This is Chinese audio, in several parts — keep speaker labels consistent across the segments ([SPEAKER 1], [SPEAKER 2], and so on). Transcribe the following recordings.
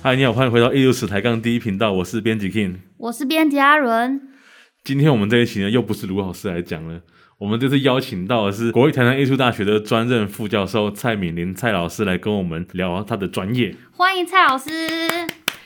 [SPEAKER 1] 嗨，你好，欢迎回到艺术史抬杠第一频道，我是编辑 King。
[SPEAKER 2] 我是编辑阿伦，
[SPEAKER 1] 今天我们这一期呢，又不是卢老师来讲了，我们这次邀请到的是国立台南艺术大学的专任副教授蔡敏玲蔡老师来跟我们聊他的专业。
[SPEAKER 2] 欢迎蔡老师。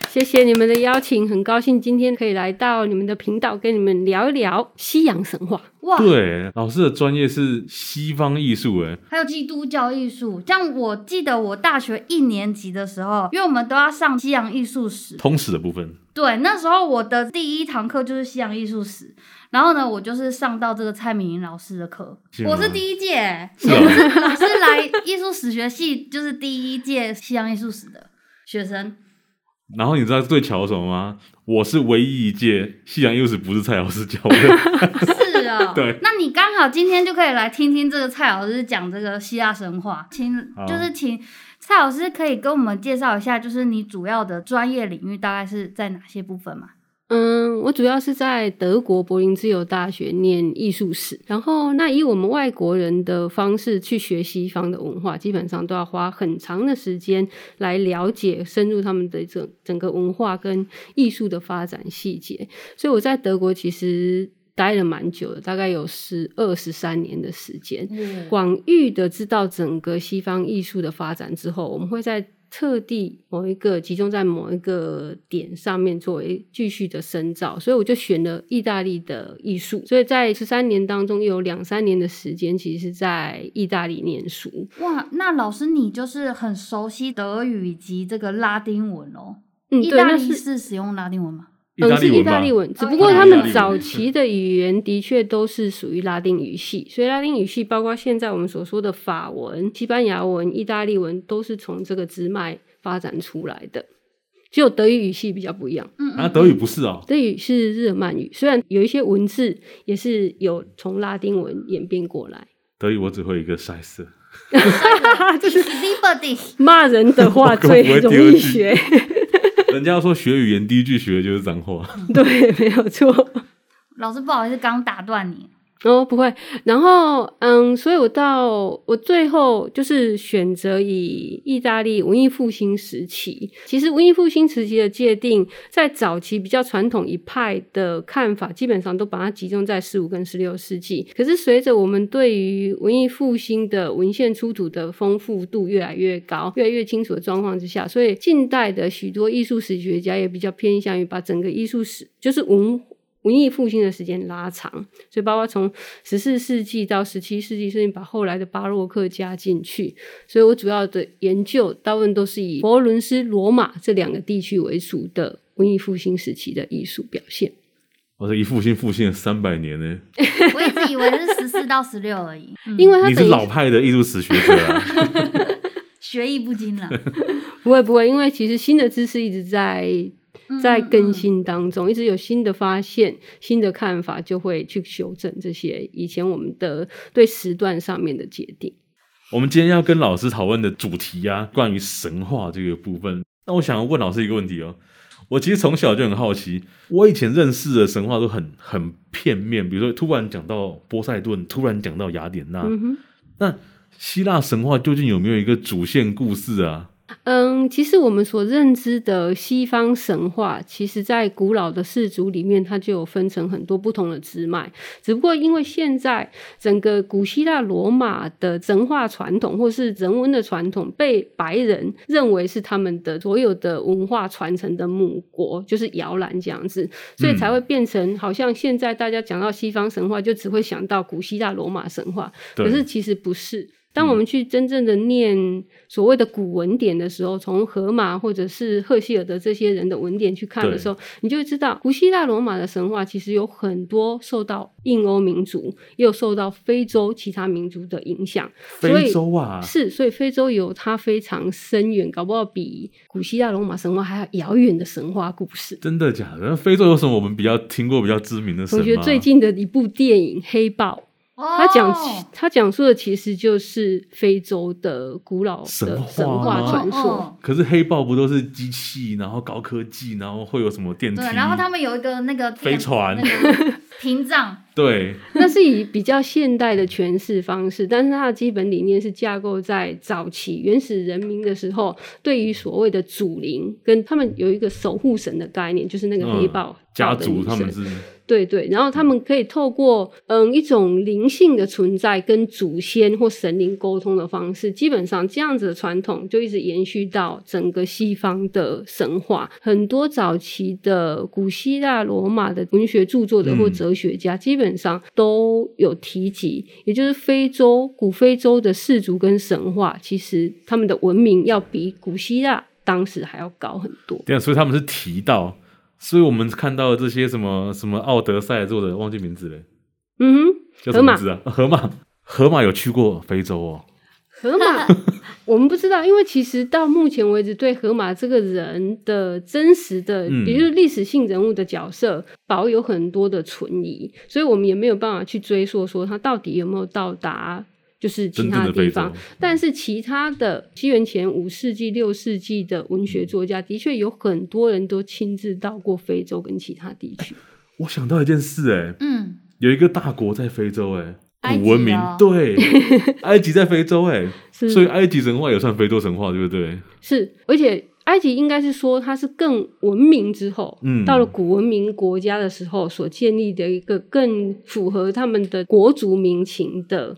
[SPEAKER 3] 谢谢你们的邀请，很高兴今天可以来到你们的频道，跟你们聊一聊西洋神话。
[SPEAKER 2] 哇，
[SPEAKER 1] 对，老师的专业是西方艺术，哎诶，
[SPEAKER 2] 还有基督教艺术，像我记得我大学一年级的时候，因为我们都要上西洋艺术史，
[SPEAKER 1] 通史的部分。
[SPEAKER 2] 对，那时候我的第一堂课就是西洋艺术史，然后呢，我就是上到这个蔡明老师的课，
[SPEAKER 1] 是吗
[SPEAKER 2] 我是第一届，
[SPEAKER 1] 是啊，
[SPEAKER 2] 我是来艺术史学系就是第一届西洋艺术史的学生，
[SPEAKER 1] 然后你知道最巧的是什么吗？我是唯一一届西洋艺术史不是蔡老师教 的，
[SPEAKER 2] 是 啊、
[SPEAKER 1] 对
[SPEAKER 2] 那你刚好今天就可以来听听这个蔡老师讲这个希腊神话，请
[SPEAKER 1] 好
[SPEAKER 2] 就是请蔡老师可以跟我们介绍一下，就是你主要的专业领域大概是在哪些部分嘛？
[SPEAKER 3] 嗯，我主要是在德国柏林自由大学念艺术史，然后那以我们外国人的方式去学西方的文化，基本上都要花很长的时间来了解、深入他们的整整个文化跟艺术的发展细节。所以我在德国其实待了蛮久的，大概有十二十三年的时间。广域的知道整个西方艺术的发展之后，我们会在特地某一个集中在某一个点上面作为继续的深造，所以我就选了意大利的艺术。所以在十三年当中，又有两三年的时间其实是在意大利念书。
[SPEAKER 2] 哇，那老师你就是很熟悉德语以及这个拉丁文哦。
[SPEAKER 3] 嗯，
[SPEAKER 2] 意
[SPEAKER 3] 对，
[SPEAKER 2] 大
[SPEAKER 3] 那
[SPEAKER 2] 利
[SPEAKER 3] 是。
[SPEAKER 2] 是使用拉丁文吗？
[SPEAKER 1] 意大
[SPEAKER 3] 嗯，是
[SPEAKER 1] 利
[SPEAKER 3] 意
[SPEAKER 1] 文
[SPEAKER 3] 大
[SPEAKER 1] 吧
[SPEAKER 3] 利？文，只
[SPEAKER 2] 哦
[SPEAKER 3] 不
[SPEAKER 2] 意
[SPEAKER 3] 过
[SPEAKER 2] 大
[SPEAKER 3] 他
[SPEAKER 2] 利
[SPEAKER 3] 们
[SPEAKER 2] 文
[SPEAKER 3] 早期的语言的确都是属于拉丁语系，所以拉丁语系包括现在我们所说的法文、西班牙文、意大利文，都是从这个支脉发展出来的。只有德语语系比较不一样，
[SPEAKER 2] 嗯，
[SPEAKER 1] 啊，
[SPEAKER 2] 嗯
[SPEAKER 1] 德语不是哦，
[SPEAKER 3] 德语是日耳曼语，虽然有一些文字也是有从拉丁文演变过来。
[SPEAKER 1] 德语我只会一个 size。
[SPEAKER 3] 这是
[SPEAKER 2] Liberty，
[SPEAKER 3] 骂人的话
[SPEAKER 1] 我根本不
[SPEAKER 3] 最
[SPEAKER 1] 会
[SPEAKER 3] 容
[SPEAKER 1] 丢弃
[SPEAKER 3] 易 学，
[SPEAKER 1] 人家说学语言第一句学的就是脏话。
[SPEAKER 3] 对，没有错。
[SPEAKER 2] 老师不好意思，刚打断你。
[SPEAKER 3] 哦，不会。然后，嗯，所以我到我最后就是选择以意大利文艺复兴时期。其实文艺复兴时期的界定，在早期比较传统一派的看法，基本上都把它集中在十五跟十六世纪。可是随着我们对于文艺复兴的文献出土的丰富度越来越高，越来越清楚的状况之下，所以近代的许多艺术史学家也比较偏向于把整个艺术史，就是文。文艺复兴的时间拉长，所以包括从十四世纪到十七世纪，甚至把后来的巴洛克加进去。所以我主要的研究大部分都是以佛罗伦斯、罗马这两个地区为主的文艺复兴时期的艺术表现。
[SPEAKER 1] 我说一复兴复兴了三百年呢，
[SPEAKER 2] 我一直以为是十四到十六而已，嗯
[SPEAKER 3] 因为它
[SPEAKER 1] 你是
[SPEAKER 3] 啊等于
[SPEAKER 1] 老派的艺术史学者啊，
[SPEAKER 2] 学艺不精了。
[SPEAKER 3] 不会不会，因为其实新的知识一直在
[SPEAKER 2] 嗯
[SPEAKER 3] 在
[SPEAKER 2] 嗯
[SPEAKER 3] 更
[SPEAKER 2] 嗯
[SPEAKER 3] 新当中，一直有新的发现、新的看法，就会去修正这些以前我们的对时段上面的界定。
[SPEAKER 1] 我们今天要跟老师讨论的主题啊，关于神话这个部分。那我想要问老师一个问题哦，我其实从小就很好奇，我以前认识的神话都很很片面，比如说突然讲到波塞顿，突然讲到雅典娜，
[SPEAKER 3] 嗯哼。
[SPEAKER 1] 那希腊神话究竟有没有一个主线故事啊？
[SPEAKER 3] 嗯，其实我们所认知的西方神话，其实在古老的氏族里面，它就有分成很多不同的支脉。只不过因为现在整个古希腊罗马的神话传统，或是人文的传统，被白人认为是他们的所有的文化传承的母国，就是摇篮这样子，所以才会变成好像现在大家讲到西方神话，就只会想到古希腊罗马神话，
[SPEAKER 1] 对嗯
[SPEAKER 3] 可是其实不是。当我们去真正的念所谓的古文典的时候，从荷马或者是赫西尔德这些人的文典去看的时候，你就会知道，古希腊罗马的神话其实有很多受到印欧民族，也有受到非洲其他民族的影响。所以
[SPEAKER 1] 非洲啊，
[SPEAKER 3] 是，所以非洲有它非常深远，搞不好比古希腊罗马神话还要遥远的神话故事。
[SPEAKER 1] 真的假的？那非洲有什么我们比较听过比较知名的神
[SPEAKER 3] 我
[SPEAKER 1] 吗？
[SPEAKER 3] 觉得最近的一部电影《黑豹》，
[SPEAKER 2] 哦
[SPEAKER 3] 他讲他讲述的其实就是非洲的古老的
[SPEAKER 1] 神
[SPEAKER 3] 神
[SPEAKER 1] 话
[SPEAKER 3] 话
[SPEAKER 1] 吗
[SPEAKER 3] 传说。
[SPEAKER 2] 哦哦
[SPEAKER 1] 可是黑豹不都是机器，然后高科技，然后会有什么电梯？
[SPEAKER 2] 对，然后他们有一个那个
[SPEAKER 1] 飞船
[SPEAKER 2] 那个屏障，
[SPEAKER 1] 对，
[SPEAKER 3] 那是以比较现代的诠释方式，但是它的基本理念是架构在早期原始人民的时候，对于所谓的祖灵跟他们有一个守护神的概念，就是那个黑豹、
[SPEAKER 1] 嗯家
[SPEAKER 3] 豹的
[SPEAKER 1] 族
[SPEAKER 3] 女
[SPEAKER 1] 他们
[SPEAKER 3] 神
[SPEAKER 1] 是
[SPEAKER 3] 对对，然后他们可以透过嗯一种灵性的存在跟祖先或神灵沟通的方式，基本上这样子的传统就一直延续到整个西方的神话。很多早期的古希腊、罗马的文学著作者或
[SPEAKER 1] 嗯
[SPEAKER 3] 哲学家，基本上都有提及，也就是非洲古非洲的氏族跟神话，其实他们的文明要比古希腊当时还要高很多。
[SPEAKER 1] 对啊，所以他们是提到，所以我们看到这些什么什么奥德赛作者忘记名字了，
[SPEAKER 3] 嗯哼。
[SPEAKER 1] 叫什么名字啊？河马，河马有去过非洲哦，
[SPEAKER 3] 河马，我们不知道，因为其实到目前为止，对河马这个人的真实的，
[SPEAKER 1] 嗯
[SPEAKER 3] 也就是历史性人物的角色，保有很多的存疑，所以我们也没有办法去追溯说他到底有没有到达就是其
[SPEAKER 1] 真
[SPEAKER 3] 他
[SPEAKER 1] 正的
[SPEAKER 3] 地
[SPEAKER 1] 非洲
[SPEAKER 3] 方。。但是其他的西元前五世纪、六世纪的文学作家，的确有很多人都亲自到过非洲跟其他地区。
[SPEAKER 1] 我想到一件事、哎，
[SPEAKER 2] 嗯，
[SPEAKER 1] 有一个大国在非洲、
[SPEAKER 2] 埃
[SPEAKER 1] 哎，
[SPEAKER 2] 及
[SPEAKER 1] 古文明
[SPEAKER 2] 哦，
[SPEAKER 1] 对，埃及在非洲、哎，
[SPEAKER 3] 是
[SPEAKER 1] 所以埃及神话也算非洲神话，对不对？
[SPEAKER 3] 是，而且埃及应该是说它是更文明之后，
[SPEAKER 1] 嗯
[SPEAKER 3] 到了古文明国家的时候所建立的一个更符合他们的国族民情的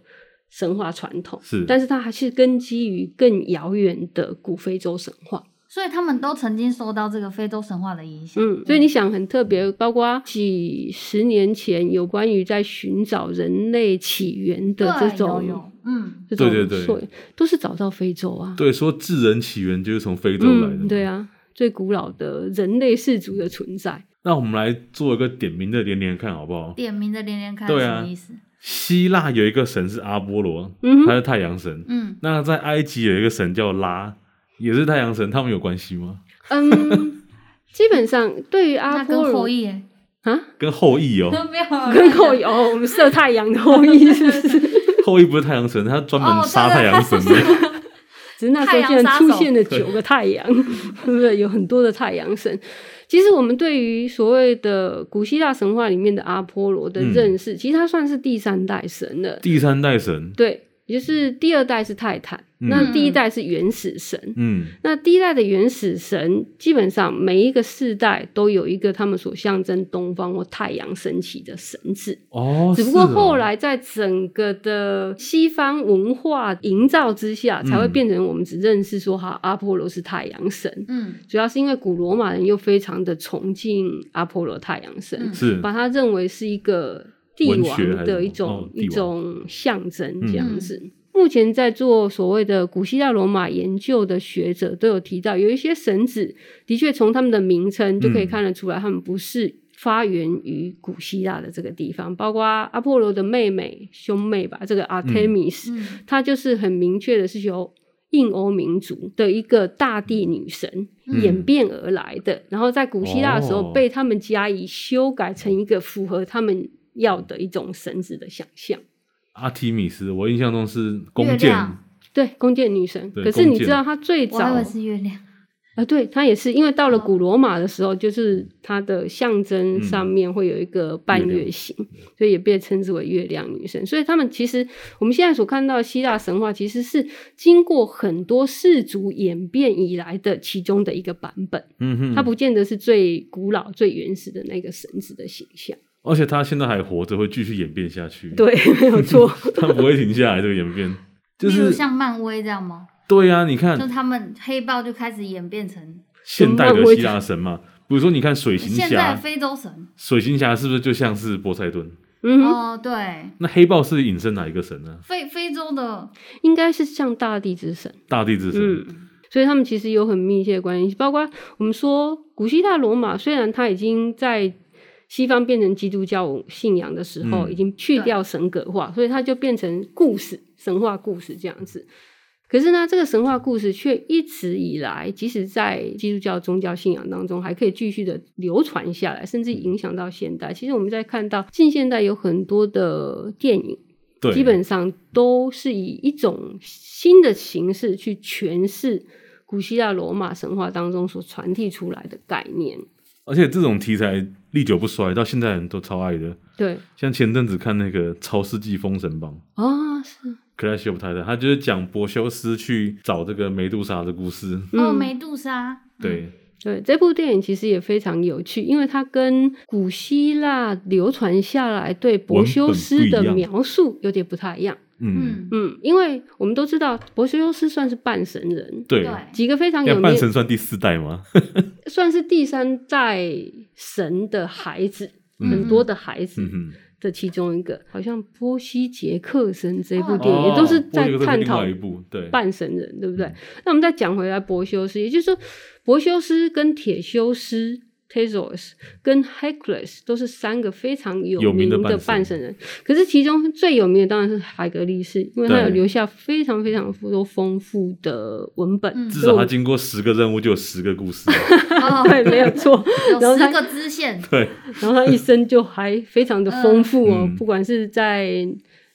[SPEAKER 3] 神话传统。
[SPEAKER 1] 是
[SPEAKER 3] 但是它还是根基于更遥远的古非洲神话。
[SPEAKER 2] 所以他们都曾经受到这个非洲神话的影响。
[SPEAKER 3] 嗯，所以你想很特别，包括几十年前有关于在寻找人类起源的这
[SPEAKER 2] 对，有
[SPEAKER 3] 种。
[SPEAKER 2] 有，嗯，
[SPEAKER 3] 这种
[SPEAKER 1] 对对对
[SPEAKER 3] 所以都是找到非洲啊，
[SPEAKER 1] 对，说智人起源就是从非洲来的、
[SPEAKER 3] 嗯，对。啊，最古老的人类氏族的存在。
[SPEAKER 1] 那我们来做一个点名的连连看好不好？
[SPEAKER 2] 点名的连连看是
[SPEAKER 1] 对
[SPEAKER 2] 什
[SPEAKER 1] 啊
[SPEAKER 2] 么意思？
[SPEAKER 1] 希腊有一个神是阿波罗，
[SPEAKER 3] 嗯哼
[SPEAKER 1] 他是太阳神。
[SPEAKER 2] 嗯，
[SPEAKER 1] 那在埃及有一个神叫拉，也是太阳神，他们有关系吗？
[SPEAKER 3] 嗯，基本上对于阿
[SPEAKER 2] 那
[SPEAKER 3] 波
[SPEAKER 2] 跟
[SPEAKER 3] 罗
[SPEAKER 2] 后羿耶
[SPEAKER 3] 啊，
[SPEAKER 1] 跟后羿哦，
[SPEAKER 2] 没有啊
[SPEAKER 3] 跟后羿哦，我们射太 阳的后羿是不是？
[SPEAKER 1] 后羿不是太阳神，他专
[SPEAKER 2] 哦
[SPEAKER 1] 门
[SPEAKER 2] 对
[SPEAKER 1] 杀
[SPEAKER 2] 对
[SPEAKER 1] 太阳神的。
[SPEAKER 3] 只是那时候竟然出现了九个太阳， 对不对？有很多的太阳神。其实我们对于所谓的古希腊神话里面的阿波罗的认
[SPEAKER 2] 嗯
[SPEAKER 3] 识，其实他算是第三代神 了。
[SPEAKER 1] 第三代神，
[SPEAKER 3] 对，也就是第二代是泰坦，
[SPEAKER 1] 嗯
[SPEAKER 3] 那第一代是原始神。
[SPEAKER 1] 嗯，
[SPEAKER 3] 那第一代的原始神，基本上每一个世代都有一个他们所象征东方或太阳神奇的神祇。
[SPEAKER 1] 哦，
[SPEAKER 3] 只不过
[SPEAKER 1] 是哦
[SPEAKER 3] 后来在整个的西方文化营造之下，才会
[SPEAKER 1] 嗯
[SPEAKER 3] 变成我们只认识说哈阿波罗是太阳神，
[SPEAKER 2] 嗯
[SPEAKER 3] 主要是因为古罗马人又非常的崇敬阿波罗太阳神，
[SPEAKER 2] 嗯
[SPEAKER 1] 是
[SPEAKER 3] 把他认为是一个帝
[SPEAKER 1] 文
[SPEAKER 3] 王
[SPEAKER 1] 学还是什
[SPEAKER 3] 的
[SPEAKER 1] 么
[SPEAKER 3] 一种、
[SPEAKER 1] 哦
[SPEAKER 3] 一
[SPEAKER 1] 帝王
[SPEAKER 3] 种象征
[SPEAKER 1] 嗯
[SPEAKER 3] 这样子。目前在做所谓的古希腊罗马研究的学者都有提到，有一些神祇的确从他们的名称就可以
[SPEAKER 1] 嗯
[SPEAKER 3] 看得出来，他们不是发源于古希腊的这个地方，包括阿波罗的妹妹兄妹吧，这个 Artemis，、
[SPEAKER 2] 嗯
[SPEAKER 3] 她就是很明确的是由印欧民族的一个大地女神
[SPEAKER 2] 嗯
[SPEAKER 3] 演变而来的，然后在古希腊的时候
[SPEAKER 1] 哦
[SPEAKER 3] 被他们加以修改成一个符合他们要的一种神职的想象。
[SPEAKER 1] 阿提米斯，我印象中是弓
[SPEAKER 2] 月
[SPEAKER 1] 箭，
[SPEAKER 2] 亮
[SPEAKER 3] 对，弓箭女神。
[SPEAKER 1] 对
[SPEAKER 3] 可是
[SPEAKER 1] 弓
[SPEAKER 3] 你
[SPEAKER 1] 箭
[SPEAKER 3] 知道，她最
[SPEAKER 2] 我还以
[SPEAKER 3] 早
[SPEAKER 2] 为是月亮。
[SPEAKER 3] 啊，对，它也是因为到了古罗马的时候，就是它的象征上面会有一个半月形，所以也被称之为月亮女神。所以他们其实我们现在所看到的希腊神话，其实是经过很多氏族演变以来的其中的一个版本，
[SPEAKER 1] 嗯哼，
[SPEAKER 3] 它，不见得是最古老、最原始的那个神子的形象。
[SPEAKER 1] 而且他现在还活着，会继续演变下去，，
[SPEAKER 3] 对，没有错。
[SPEAKER 1] 他不会停下来这个演变，就
[SPEAKER 2] 例如
[SPEAKER 1] 是
[SPEAKER 2] 像漫威这样吗？
[SPEAKER 1] 对啊，你
[SPEAKER 2] 就
[SPEAKER 1] 看
[SPEAKER 2] 他们黑豹就开始演变成
[SPEAKER 1] 现代
[SPEAKER 3] 漫
[SPEAKER 1] 的
[SPEAKER 3] 威
[SPEAKER 1] 希
[SPEAKER 3] 这
[SPEAKER 1] 腊神嘛，比如说你看水行
[SPEAKER 2] 现在
[SPEAKER 1] 侠，
[SPEAKER 2] 非洲神。
[SPEAKER 1] 水行侠是不是就像是波塞顿？
[SPEAKER 3] 嗯哼，
[SPEAKER 2] 哦，对，
[SPEAKER 1] 那黑豹是引申哪一个神呢？
[SPEAKER 2] 非非洲的哦
[SPEAKER 3] 应该是像大地之神。
[SPEAKER 1] 大地之神，
[SPEAKER 3] 嗯，所以他们其实有很密切的关系。包括我们说，古希腊罗马虽然它已经在西方变成基督教信仰的时候，
[SPEAKER 1] 嗯
[SPEAKER 3] 已经去
[SPEAKER 2] 对
[SPEAKER 3] 掉神格化，所以它就变成故事、神话故事这样子。可是呢，这个神话故事却一直以来，即使在基督教宗教信仰当中，还可以继续的流传下来，甚至影响到现代。其实我们在看到近现代有很多的电影，
[SPEAKER 1] 对，
[SPEAKER 3] 基本上都是以一种新的形式去诠释古希腊罗马神话当中所传递出来的概念。
[SPEAKER 1] 而且这种题材历久不衰，到现在人都超爱的。
[SPEAKER 3] 对，
[SPEAKER 1] 像前阵子看那个《超世纪封神榜》
[SPEAKER 3] 哦，是，
[SPEAKER 1] ，Clash of Titan，他就是讲柏修斯去找这个梅杜莎的故事。
[SPEAKER 2] 哦，
[SPEAKER 3] 嗯
[SPEAKER 2] 梅杜莎，
[SPEAKER 1] 对，
[SPEAKER 3] 对，这部电影其实也非常有趣，因为它跟古希腊流传下来对
[SPEAKER 1] 文
[SPEAKER 3] 柏修
[SPEAKER 1] 本不
[SPEAKER 3] 斯
[SPEAKER 1] 一
[SPEAKER 3] 的
[SPEAKER 1] 样
[SPEAKER 3] 描述有点不太一样。
[SPEAKER 1] 嗯，
[SPEAKER 2] 嗯，
[SPEAKER 3] 嗯，因为我们都知道柏修斯算是半神人，
[SPEAKER 1] 对
[SPEAKER 2] 对，，
[SPEAKER 3] 几个非常有
[SPEAKER 1] 要半
[SPEAKER 3] 名，
[SPEAKER 1] 神算第四代 吗？
[SPEAKER 3] 算是第三代神的孩子，
[SPEAKER 1] 嗯
[SPEAKER 3] 很多的孩子。
[SPEAKER 1] 嗯哼，
[SPEAKER 3] 的其中一个，好像波西杰克森这部电影、
[SPEAKER 1] 哦
[SPEAKER 3] 也都是在
[SPEAKER 1] 我有个
[SPEAKER 3] 探
[SPEAKER 1] 另
[SPEAKER 3] 讨
[SPEAKER 1] 外一部，对，
[SPEAKER 3] 半神人，对不对
[SPEAKER 1] 嗯？
[SPEAKER 3] 那我们再讲回来，柏修斯，也就是说，柏修斯跟铁修斯 （Theseus） 跟 Hercules 都是三个非常
[SPEAKER 1] 有
[SPEAKER 3] 有
[SPEAKER 1] 名
[SPEAKER 3] 名
[SPEAKER 1] 的
[SPEAKER 3] 的
[SPEAKER 1] 半
[SPEAKER 3] 半
[SPEAKER 1] 神
[SPEAKER 3] 神人。可是其中最有名的当然是海格力士，因为他
[SPEAKER 1] 对
[SPEAKER 3] 有留下非常非常多丰富的文本，
[SPEAKER 2] 嗯
[SPEAKER 1] 至
[SPEAKER 3] 所以
[SPEAKER 1] 少
[SPEAKER 3] 我
[SPEAKER 1] 他
[SPEAKER 3] 们
[SPEAKER 1] 经过十个任务就有十个故事。
[SPEAKER 2] 哦，
[SPEAKER 3] 对，没有错。然
[SPEAKER 2] 有
[SPEAKER 3] 后
[SPEAKER 2] 十
[SPEAKER 3] 他
[SPEAKER 2] 个支线，
[SPEAKER 1] 对，
[SPEAKER 3] 然后他一生就还非常的丰富哦，
[SPEAKER 1] 嗯
[SPEAKER 3] 不管是在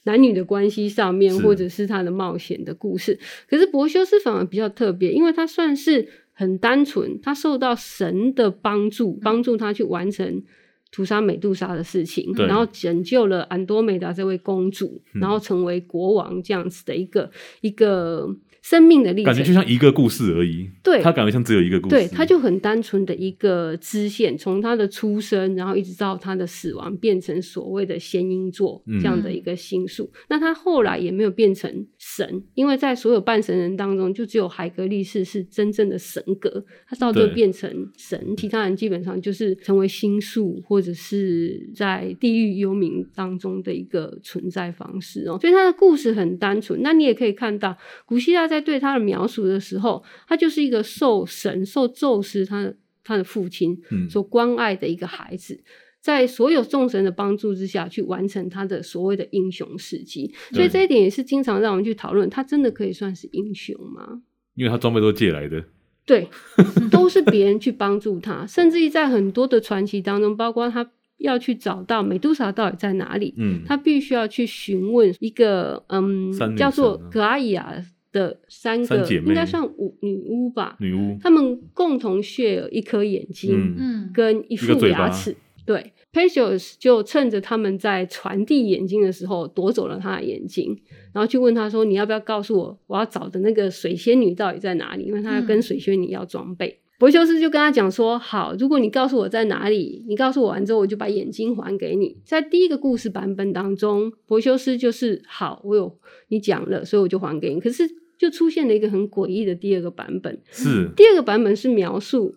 [SPEAKER 3] 男女的关系上面，
[SPEAKER 1] 是
[SPEAKER 3] 或者是他的冒险的故事。可是柏修斯反而比较特别，因为他算是很单纯，他受到神的帮助，帮助他去完成。屠杀美杜莎的事情，
[SPEAKER 1] 对
[SPEAKER 3] 然后拯救了安多美达这位公主，
[SPEAKER 1] 嗯
[SPEAKER 3] 然后成为国王这样子的一个一个生命的历程
[SPEAKER 1] 感觉，就像一个故事而已。
[SPEAKER 3] 对
[SPEAKER 1] 他感觉像只有一个故事。
[SPEAKER 3] 对，他就很单纯的一个支线，从他的出生，然后一直到他的死亡，变成所谓的仙音座
[SPEAKER 1] 嗯
[SPEAKER 3] 这样的一个星宿。那他后来也没有变成神，因为在所有半神人当中，就只有海格力士是真正的神格，他到最
[SPEAKER 1] 对
[SPEAKER 3] 后变成神，其他人基本上就是成为星宿或者是在地狱幽冥当中的一个存在方式哦。所以他的故事很单纯，那你也可以看到古希腊在对他的描述的时候，他就是一个受神、受宙斯他的他的父亲
[SPEAKER 1] 嗯，
[SPEAKER 3] 所关爱的一个孩子，在所有众神的帮助之下去完成他的所谓的英雄事迹。所以
[SPEAKER 1] 对
[SPEAKER 3] 这一点也是经常让我们去讨论，他真的可以算是英雄吗？
[SPEAKER 1] 因为他装备都借来的。
[SPEAKER 3] 对， 都是别人去帮助他，甚至于在很多的传奇当中，包括他要去找到美杜莎到底在哪里，
[SPEAKER 1] 嗯，
[SPEAKER 3] 他必须要去询问一个嗯
[SPEAKER 1] 三女神啊
[SPEAKER 3] 叫做格阿伊亚的三个
[SPEAKER 1] 三姐妹
[SPEAKER 3] 应该算五女巫吧，
[SPEAKER 1] 女巫，
[SPEAKER 3] 她们共同 share 一颗眼睛
[SPEAKER 1] 嗯，
[SPEAKER 2] 嗯，
[SPEAKER 3] 跟一
[SPEAKER 1] 一个
[SPEAKER 3] 副
[SPEAKER 1] 嘴巴
[SPEAKER 3] 牙齿。对 p e t i o s 就趁着他们在传递眼睛的时候夺走了他的眼睛，然后去问他说：“你要不要告诉我，我要找的那个水仙女到底在哪里？”因为他要跟
[SPEAKER 2] 嗯
[SPEAKER 3] 水仙女要装备。柏修斯就跟他讲说：“好，如果你告诉我在哪里，你告诉我完之后，我就把眼睛还给你。”在第一个故事版本当中，柏修斯就是好，我有你讲了，所以我就还给你。可是就出现了一个很诡异的第二个版本，
[SPEAKER 1] 是
[SPEAKER 3] 第二个版本是描述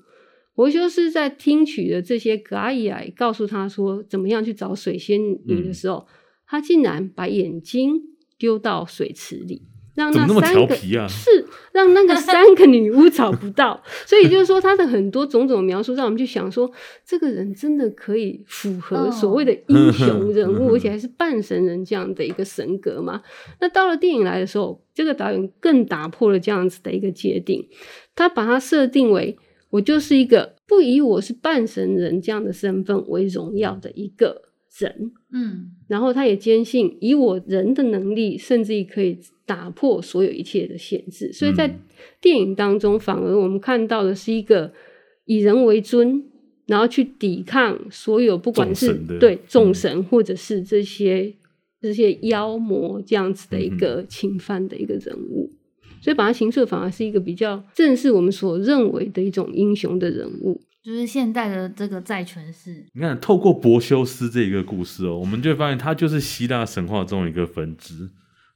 [SPEAKER 3] 柏修斯在听取的这些格阿伊埃啊告诉他说怎么样去找水仙女的时候，
[SPEAKER 1] 嗯
[SPEAKER 3] 他竟然把眼睛丢到水池里，让
[SPEAKER 1] 怎
[SPEAKER 3] 那
[SPEAKER 1] 么那么
[SPEAKER 3] 三
[SPEAKER 1] 调
[SPEAKER 3] 个
[SPEAKER 1] 皮啊？
[SPEAKER 3] 是让那个三个女巫找不到，所以就是说他的很多种种描述，让我们去想说，这个人真的可以符合所谓的英雄 人
[SPEAKER 1] 嗯
[SPEAKER 3] 物，
[SPEAKER 1] 哼
[SPEAKER 3] 而且还是半神人这样的一个神格吗？那到了电影来的时候，这个导演更打破了这样子的一个界定，他把它设定为我就是一个不以我是半神人这样的身份为荣耀的一个人。
[SPEAKER 2] 嗯，
[SPEAKER 3] 然后他也坚信，以我人的能力，甚至于可以打破所有一切的限制。所以在
[SPEAKER 1] 嗯
[SPEAKER 3] 电影当中，反而我们看到的是一个以人为尊，然后去抵抗所有不管是
[SPEAKER 1] 众神的
[SPEAKER 3] 对
[SPEAKER 1] 嗯
[SPEAKER 3] 众神或者是这些这些妖魔这样子的
[SPEAKER 1] 嗯
[SPEAKER 3] 一个侵犯的一个人物。所以把它形塑反而是一个比较正是我们所认为的一种英雄的人物。
[SPEAKER 2] 就是现在的这个债权是，
[SPEAKER 1] 你看，透过柏修斯这一个故事哦，我们就会发现它就是希腊神话中的一个分支。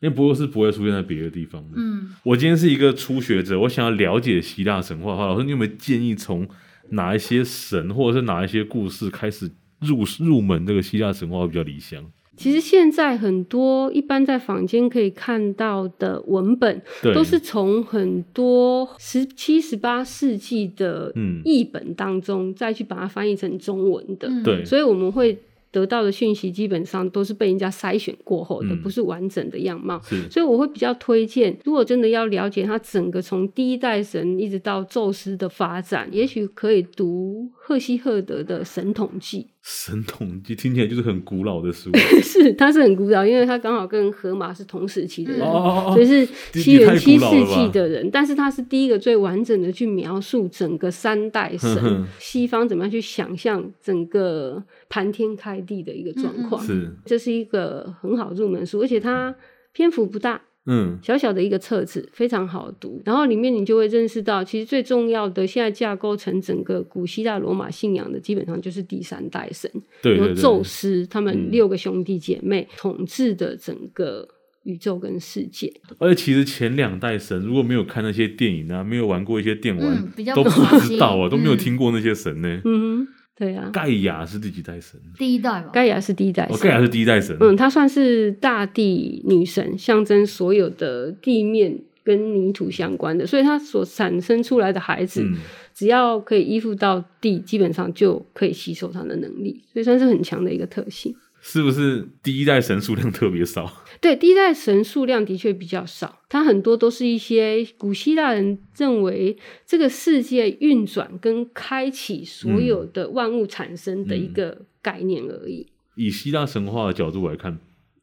[SPEAKER 1] 因为柏修斯不会出现在别的地方的。
[SPEAKER 2] 嗯
[SPEAKER 1] 我今天是一个初学者，我想要了解希腊神话的话，老师，你有没有建议从哪一些神或者是哪一些故事开始入入门这个希腊神话会比较理想？
[SPEAKER 3] 其实现在很多一般在坊间可以看到的文本，
[SPEAKER 1] 对，
[SPEAKER 3] 都是从很多十七、十八世纪的
[SPEAKER 1] 嗯
[SPEAKER 3] 译本当中、再去把它翻译成中文的，
[SPEAKER 2] 嗯，
[SPEAKER 1] 对
[SPEAKER 3] 所以我们会得到的讯息基本上都是被人家筛选过后的，
[SPEAKER 1] 嗯
[SPEAKER 3] 不是完整的样貌。
[SPEAKER 1] 是
[SPEAKER 3] 所以我会比较推荐，如果真的要了解他整个从第一代神一直到宙斯的发展，也许可以读赫西赫德的《神统记》。
[SPEAKER 1] 神童就听起来就是很古老的书
[SPEAKER 3] 是它是很古老，因为它刚好跟荷马是同时期的人，
[SPEAKER 1] 哦哦
[SPEAKER 3] 所以
[SPEAKER 1] 哦，
[SPEAKER 3] 是
[SPEAKER 1] 的
[SPEAKER 3] 西元
[SPEAKER 1] 太古
[SPEAKER 3] 七世
[SPEAKER 1] 老了
[SPEAKER 3] 纪
[SPEAKER 1] 吧
[SPEAKER 3] 的人，但是他是第一个最完整的去描述整个三代
[SPEAKER 1] 哼
[SPEAKER 3] 神
[SPEAKER 1] 嗯哼
[SPEAKER 3] 西方怎么样去想象整个盘天开地的一个状况。
[SPEAKER 1] 是
[SPEAKER 3] 这是一个很好入门书，而且它篇幅不大，
[SPEAKER 1] 嗯
[SPEAKER 3] 小小的一个册子，非常好读。然后里面你就会认识到，其实最重要的现在架构成整个古希腊罗马信仰的，基本上就是第三代神，
[SPEAKER 1] 对对
[SPEAKER 3] 由
[SPEAKER 1] 对，
[SPEAKER 3] 宙斯他们
[SPEAKER 1] 嗯
[SPEAKER 3] 六个兄弟姐妹统治的整个宇宙跟世界。
[SPEAKER 1] 而且其实前两代神如果没有看那些电影啊，没有玩过一些电玩，
[SPEAKER 2] 嗯比较
[SPEAKER 1] 都
[SPEAKER 2] 不
[SPEAKER 1] 不
[SPEAKER 2] 熟悉
[SPEAKER 1] 知道啊，都没有
[SPEAKER 2] 嗯
[SPEAKER 1] 听过那些神呢、
[SPEAKER 3] 嗯哼，对啊，
[SPEAKER 1] 盖亚是第几代神？
[SPEAKER 2] 第一代吧，
[SPEAKER 3] 盖亚是第一代
[SPEAKER 1] 哦，
[SPEAKER 3] 神
[SPEAKER 1] 盖亚是第一代神。
[SPEAKER 3] 嗯，她算是大地女神，象征所有的地面跟泥土相关的，所以她所产生出来的孩子，
[SPEAKER 1] 嗯
[SPEAKER 3] 只要可以依附到地，基本上就可以吸收她的能力，所以算是很强的一个特性。
[SPEAKER 1] 是不是第一代神数量特别少？
[SPEAKER 3] 对，第一代神数量的确比较少，它很多都是一些古希腊人认为这个世界运转跟开启所有的万物产生的一个概念而已。
[SPEAKER 1] 以希腊神话的角度来看，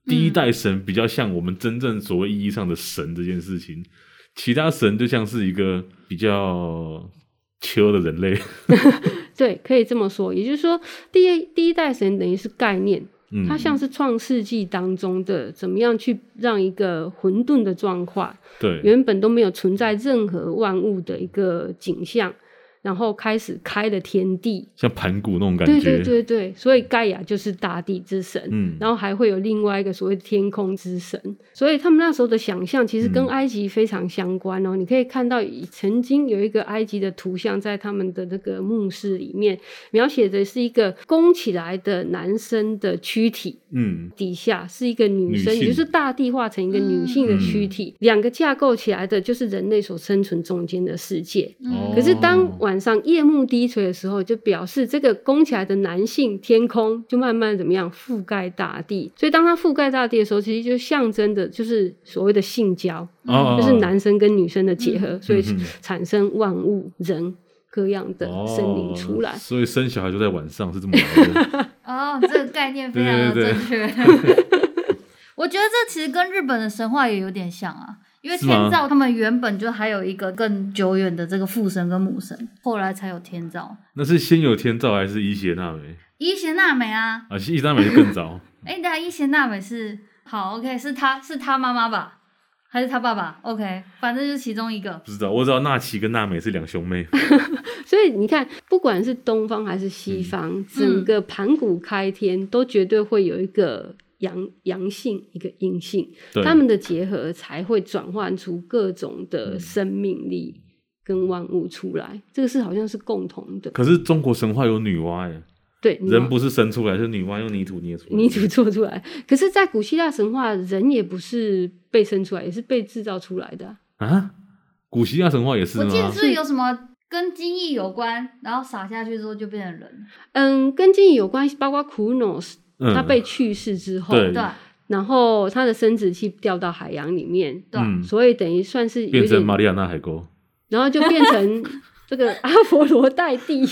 [SPEAKER 1] 第一
[SPEAKER 3] 嗯
[SPEAKER 1] 代神比较像我们真正所谓意义上的神这件事情，其他神就像是一个比较秋的人类。
[SPEAKER 3] 对，可以这么说，也就是说，第一第一代神等于是概念，
[SPEAKER 1] 嗯，
[SPEAKER 3] 它像是创世纪当中的怎么样去让一个混沌的状况，
[SPEAKER 1] 对，
[SPEAKER 3] 原本都没有存在任何万物的一个景象，然后开始开了天地。
[SPEAKER 1] 像盘古那种感
[SPEAKER 3] 对
[SPEAKER 1] 觉。
[SPEAKER 3] 对对对，所以盖亚就是大地之神，
[SPEAKER 1] 嗯
[SPEAKER 3] 然后还会有另外一个所谓的天空之神，所以他们那时候的想象其实跟
[SPEAKER 1] 嗯
[SPEAKER 3] 埃及非常相关哦。你可以看到以曾经有一个埃及的图像在他们的那个墓室里面，描写的是一个弓起来的男生的躯体，
[SPEAKER 1] 嗯，
[SPEAKER 3] 底下是一个女
[SPEAKER 1] 女性
[SPEAKER 3] 生，
[SPEAKER 1] 嗯
[SPEAKER 3] 也就是大地化成一个女性的躯体，两个架构起来的就是人类所生存中间的世界。
[SPEAKER 2] 嗯
[SPEAKER 1] 哦
[SPEAKER 3] 可是当晚上夜幕低垂的时候，就表示这个弓起来的男性天空就慢慢怎么样覆盖大地。所以当它覆盖大地的时候，其实就象征的就是所谓的性交，
[SPEAKER 1] 哦，
[SPEAKER 3] 就是男生跟女生的结合，所以
[SPEAKER 1] 嗯哼
[SPEAKER 3] 产生万物人各样的生灵出来
[SPEAKER 1] 哦。所以生小孩就在晚上是这么来的。
[SPEAKER 2] 哦，这个概念非常的
[SPEAKER 1] 对对
[SPEAKER 2] 正确。 我觉得这其实跟日本的神话也有点像啊，因为
[SPEAKER 1] 是吗
[SPEAKER 2] 天照他们原本就还有一个更久远的这个父神跟母神，后来才有天照。
[SPEAKER 1] 那是先有天照还是伊邪那美
[SPEAKER 2] 伊邪那美啊，
[SPEAKER 1] 啊？伊邪那美就更早，
[SPEAKER 2] 哎，那伊邪那美是好 OK，是他是他妈妈吧，还是他爸爸？OK，反正就是其中一个。
[SPEAKER 1] 不知道。我知道纳奇跟娜美是两兄妹。
[SPEAKER 3] 所以你看，不管是东方还是西方，
[SPEAKER 1] 嗯
[SPEAKER 3] 整个盘古开天都绝对会有一个阳阳性，一个阴性，
[SPEAKER 1] 对，
[SPEAKER 3] 他们的结合才会转换出各种
[SPEAKER 1] 嗯
[SPEAKER 3] 的生命力跟万物出来。这个是好像是共同的，
[SPEAKER 1] 可是中国神话有女娲耶，
[SPEAKER 3] 对，你
[SPEAKER 1] 人
[SPEAKER 3] 要
[SPEAKER 1] 不是生出来，是女娲用泥土捏出来的。
[SPEAKER 3] 泥土做出来。可是，在古希腊神话，人也不是被生出来，也是被制造出来的啊、
[SPEAKER 1] 啊？古希腊神话也是啊
[SPEAKER 2] 我
[SPEAKER 1] 吗？
[SPEAKER 2] 记得是有什么跟精液有关，然后撒下去之后就变成人，
[SPEAKER 3] 嗯，跟经济有关系，包括苦诺斯，
[SPEAKER 1] 嗯
[SPEAKER 3] 他被去世之后，
[SPEAKER 1] 对
[SPEAKER 2] 对
[SPEAKER 3] 然后他的生殖器掉到海洋里面，
[SPEAKER 2] 对。
[SPEAKER 1] 嗯
[SPEAKER 3] 所以等于算是有
[SPEAKER 1] 变成
[SPEAKER 3] 点，
[SPEAKER 1] 马里亚纳海沟，
[SPEAKER 3] 然后就变成这个阿佛罗代蒂，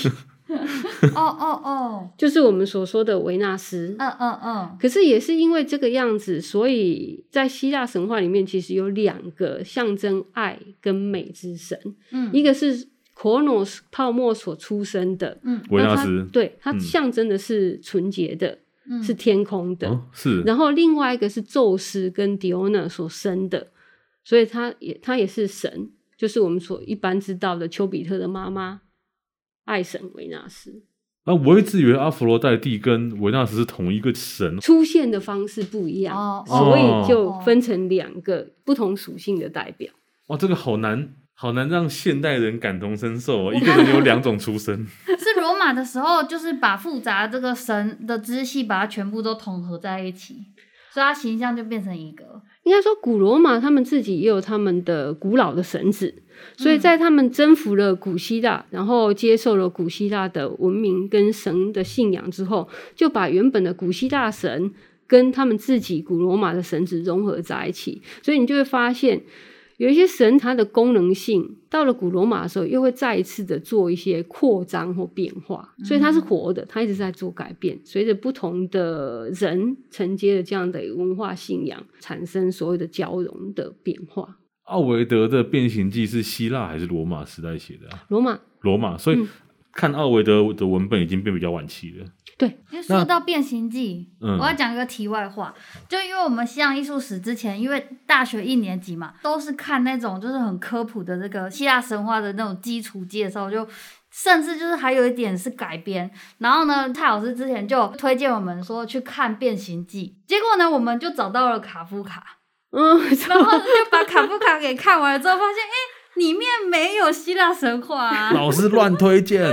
[SPEAKER 2] 哦哦哦，
[SPEAKER 3] 就是我们所说的维纳斯。
[SPEAKER 2] 嗯嗯嗯，
[SPEAKER 3] 可是也是因为这个样子，所以在希腊神话里面，其实有两个象征爱跟美之神，
[SPEAKER 2] 嗯
[SPEAKER 3] 一个是 Cronos 泡沫所出生的，
[SPEAKER 2] 嗯
[SPEAKER 1] 维纳
[SPEAKER 3] 那
[SPEAKER 1] 斯
[SPEAKER 3] 它对，它
[SPEAKER 1] 嗯
[SPEAKER 3] 象征的是纯洁的，
[SPEAKER 2] 嗯
[SPEAKER 3] 是天空的。
[SPEAKER 1] 哦，是
[SPEAKER 3] 然后另外一个是宙斯跟狄欧娜所生的，所以他也他也是神，就是我们所一般知道的丘比特的妈妈爱神维纳斯。
[SPEAKER 1] 啊，我一直以为阿佛罗代蒂跟维纳斯是同一个神，
[SPEAKER 3] 出现的方式不一样，
[SPEAKER 2] 哦
[SPEAKER 3] 所
[SPEAKER 1] 哦
[SPEAKER 3] 以就分成两个不同属性的代表。
[SPEAKER 1] 哇，这个好难，好难让现代人感同身受哦。一个人有两种出身，
[SPEAKER 2] 是罗马的时候，就是把复杂这个神的支系，把它全部都统合在一起，所以它形象就变成一个。
[SPEAKER 3] 应该说，古罗马他们自己也有他们的古老的神祇，所以在他们征服了古希腊，然后接受了古希腊的文明跟神的信仰之后，就把原本的古希腊神跟他们自己古罗马的神祇融合在一起，所以你就会发现。有一些神它的功能性到了古罗马的时候，又会再一次的做一些扩张或变化，所以它是活的，它一直在做改变。随着不同的人承接了这样的一个文化信仰，产生所谓的交融的变化。
[SPEAKER 1] 奥维德的《变形记》是希腊还是罗马时代写的、啊？
[SPEAKER 3] 罗马
[SPEAKER 1] 罗马，所以
[SPEAKER 3] 嗯
[SPEAKER 1] 看奥维德的文本已经变比较晚期了。
[SPEAKER 3] 对，
[SPEAKER 2] 因为说到《变形记》，
[SPEAKER 1] 嗯
[SPEAKER 2] 我要讲一个题外话，就因为我们西洋艺术史之前，因为大学一年级嘛，都是看那种就是很科普的这个希腊神话的那种基础介绍，就甚至就是还有一点是改编。然后呢，蔡老师之前就推荐我们说去看《变形记》，结果呢，我们就找到了卡夫卡，
[SPEAKER 3] 嗯，
[SPEAKER 2] 然后就把卡夫卡给看完了之后，发现哎，里面没有希腊神话、啊，
[SPEAKER 1] 老师乱推荐，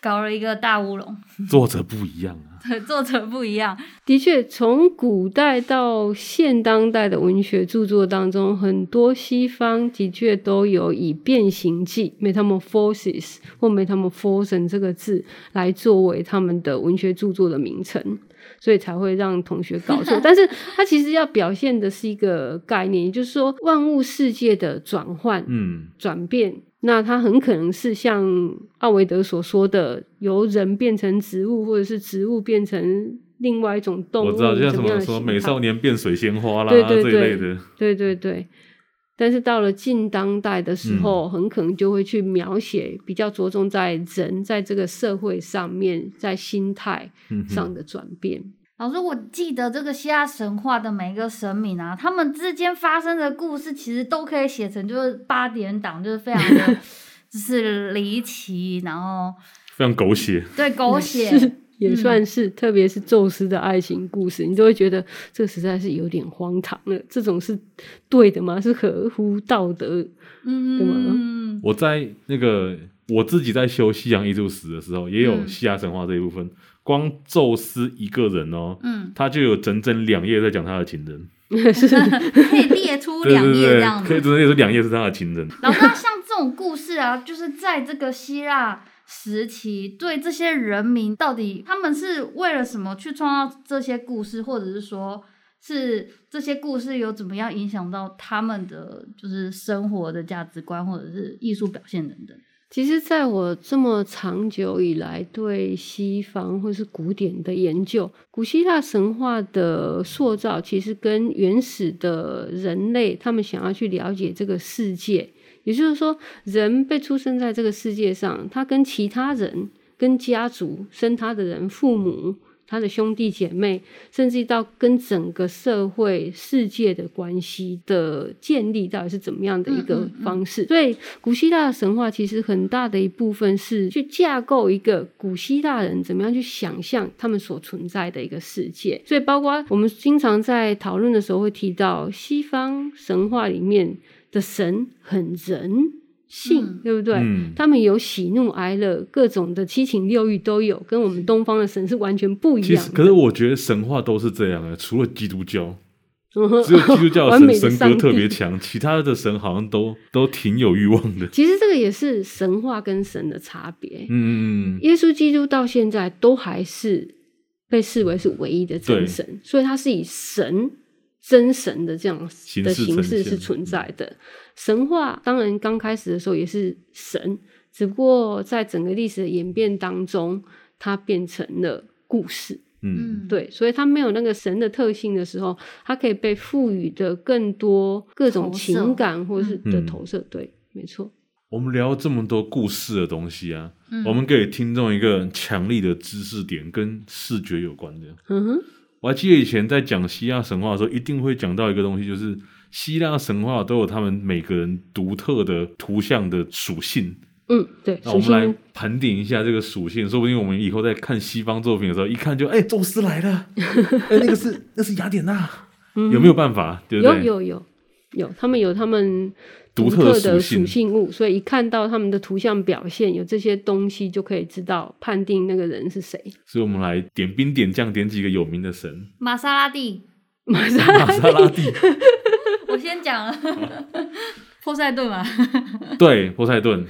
[SPEAKER 2] 搞了一个大乌龙，
[SPEAKER 1] 作者不一样 啊。
[SPEAKER 2] 对，作者不一样，
[SPEAKER 3] 的确，从古代到现当代的文学著作当中，很多西方的确都有以变形记 （metamorphosis） 或 metamorphosen 这个字来作为他们的文学著作的名称，所以才会让同学搞错。但是它其实要表现的是一个概念，也就是说万物世界的转换。
[SPEAKER 1] 嗯，
[SPEAKER 3] 转变，那它很可能是像奥维德所说的，由人变成植物，或者是植物变成另外一种动物，
[SPEAKER 1] 我知道，就像
[SPEAKER 3] 怎
[SPEAKER 1] 什
[SPEAKER 3] 么样
[SPEAKER 1] 么
[SPEAKER 3] 的
[SPEAKER 1] 什么
[SPEAKER 3] 形
[SPEAKER 1] 美
[SPEAKER 3] 态
[SPEAKER 1] 少年变水仙花啦
[SPEAKER 3] 对对对
[SPEAKER 1] 这一类的，
[SPEAKER 3] 对对对。但是到了近当代的
[SPEAKER 1] 嗯
[SPEAKER 3] 时候，很可能就会去描写比较着重在人在这个社会上面，在心态
[SPEAKER 1] 嗯哼
[SPEAKER 3] 上的转变。
[SPEAKER 2] 老师，我记得这个希腊神话的每一个神明啊，他们之间发生的故事，其实都可以写成就是八点档，就是非常的就是离奇，然后
[SPEAKER 1] 非常狗血。
[SPEAKER 2] 对狗血，
[SPEAKER 3] 是也算是，特别是宙斯的爱情故事，你都会觉得这实在是有点荒唐了。这种是对的吗？是合乎道德？对
[SPEAKER 2] 嗯，
[SPEAKER 1] 我在那个我自己在修西洋艺术史的时候，也有
[SPEAKER 2] 嗯
[SPEAKER 1] 希腊神话这一部分。光宙斯一个人哦，
[SPEAKER 2] 嗯，
[SPEAKER 1] 他就有整整两页在讲他的情人，
[SPEAKER 2] 可以列出
[SPEAKER 1] 对
[SPEAKER 2] 两
[SPEAKER 1] 对
[SPEAKER 2] 页这
[SPEAKER 1] 对
[SPEAKER 2] 样，
[SPEAKER 1] 可以
[SPEAKER 2] 子。
[SPEAKER 1] 整整列出两页是他的情人。
[SPEAKER 2] 然后那像这种故事啊，就是在这个希腊时期，对这些人民到底他们是为了什么去创造这些故事，或者是说是这些故事有怎么样影响到他们的就是生活的价值观，或者是艺术表现等等。
[SPEAKER 3] 其实，在我这么长久以来对西方或是古典的研究，古希腊神话的塑造，其实跟原始的人类他们想要去了解这个世界，也就是说，人被出生在这个世界上，他跟其他人、跟家族、生他的人、父母、他的兄弟姐妹，甚至到跟整个社会世界的关系的建立，到底是怎么样的一个
[SPEAKER 2] 嗯嗯嗯
[SPEAKER 3] 方式？所以，古希腊的神话其实很大的一部分是去架构一个古希腊人怎么样去想象他们所存在的一个世界。所以，包括我们经常在讨论的时候会提到，西方神话里面的神很人性，
[SPEAKER 2] 嗯
[SPEAKER 3] 对不对？
[SPEAKER 1] 嗯，
[SPEAKER 3] 他们有喜怒哀乐，各种的七情六欲都有，跟我们东方的神是完全不一
[SPEAKER 1] 其
[SPEAKER 3] 样
[SPEAKER 1] 实
[SPEAKER 3] 的。
[SPEAKER 1] 可是我觉得神话都是这样的，除了基督教，
[SPEAKER 3] 嗯哼
[SPEAKER 1] 只有基督教的
[SPEAKER 3] 完美的
[SPEAKER 1] 神神
[SPEAKER 3] 上
[SPEAKER 1] 格
[SPEAKER 3] 帝
[SPEAKER 1] 特别强，其他的神好像都都挺有欲望的。
[SPEAKER 3] 其实这个也是神话跟神的差别。
[SPEAKER 1] 嗯嗯嗯，
[SPEAKER 3] 耶稣基督到现在都还是被视为是唯一的真神，所以他是以神真神的这样
[SPEAKER 1] 形
[SPEAKER 3] 的
[SPEAKER 1] 式
[SPEAKER 3] 形
[SPEAKER 1] 呈现
[SPEAKER 3] 式
[SPEAKER 1] 嗯
[SPEAKER 3] 是存在的。神话当然刚开始的时候也是神，只不过在整个历史的演变当中，它变成了故事。
[SPEAKER 1] 嗯，
[SPEAKER 2] 嗯，，
[SPEAKER 3] 对，所以它没有那个神的特性的时候，它可以被赋予的更多各种
[SPEAKER 2] 投射
[SPEAKER 3] 情感或是的
[SPEAKER 1] 嗯
[SPEAKER 3] 投射。对，没错。
[SPEAKER 1] 我们聊这么多故事的东西啊，
[SPEAKER 2] 嗯
[SPEAKER 1] 我们给听众一个很强力的知识点，跟视觉有关的。
[SPEAKER 3] 嗯哼，
[SPEAKER 1] 我还记得以前在讲希腊神话的时候，一定会讲到一个东西，就是希腊神话都有他们每个人独特的图像的属性。
[SPEAKER 3] 嗯，对。
[SPEAKER 1] 那我
[SPEAKER 3] 首
[SPEAKER 1] 们来
[SPEAKER 3] 先，
[SPEAKER 1] 盘点一下这个属性，说不定我们以后在看西方作品的时候，一看就哎，宙斯来 了，哎，那个是那是雅典娜，有没有办法？对不
[SPEAKER 3] 嗯有
[SPEAKER 1] 对？
[SPEAKER 3] 有有有，他们有他们
[SPEAKER 1] 独特
[SPEAKER 3] 特
[SPEAKER 1] 的
[SPEAKER 3] 的
[SPEAKER 1] 属性
[SPEAKER 3] 属性物，所以一看到他们的图像表现有这些东西，就可以知道判定那个人是谁。
[SPEAKER 1] 所以我们来点兵点将，点几个有名的 神，
[SPEAKER 2] 玛莎拉蒂，
[SPEAKER 3] 马上
[SPEAKER 1] 玛莎拉蒂，
[SPEAKER 2] 我先讲了， 波塞顿嘛，
[SPEAKER 1] 对，波塞顿。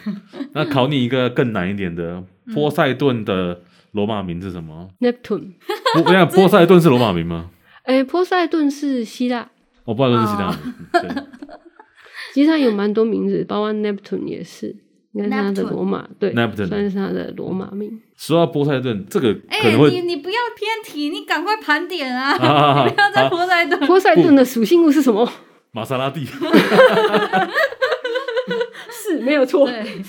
[SPEAKER 1] 那考你一个更难一点的，
[SPEAKER 3] 嗯
[SPEAKER 1] 波塞顿的罗马名是什么？
[SPEAKER 3] Neptune，
[SPEAKER 1] 我我 想波塞顿是罗马名吗？哦
[SPEAKER 3] 哎，波塞顿是希腊，哦
[SPEAKER 1] 我不知道这是希腊名。嗯对，
[SPEAKER 3] 其实它有蛮多名字，包括 Neptune 也是，应该是它的
[SPEAKER 2] Neptune
[SPEAKER 3] 罗马对
[SPEAKER 1] Neptune
[SPEAKER 3] 算是它的罗马名。
[SPEAKER 1] 说到波塞顿，这个
[SPEAKER 2] 哎、
[SPEAKER 1] 可能会、
[SPEAKER 2] 你你不要偏题，你赶快盘点啊！
[SPEAKER 1] 啊啊啊
[SPEAKER 2] 你不要再拖在这。
[SPEAKER 3] 波塞顿的属性物是什么？
[SPEAKER 1] 玛莎拉蒂
[SPEAKER 3] 是没有错。
[SPEAKER 2] 对，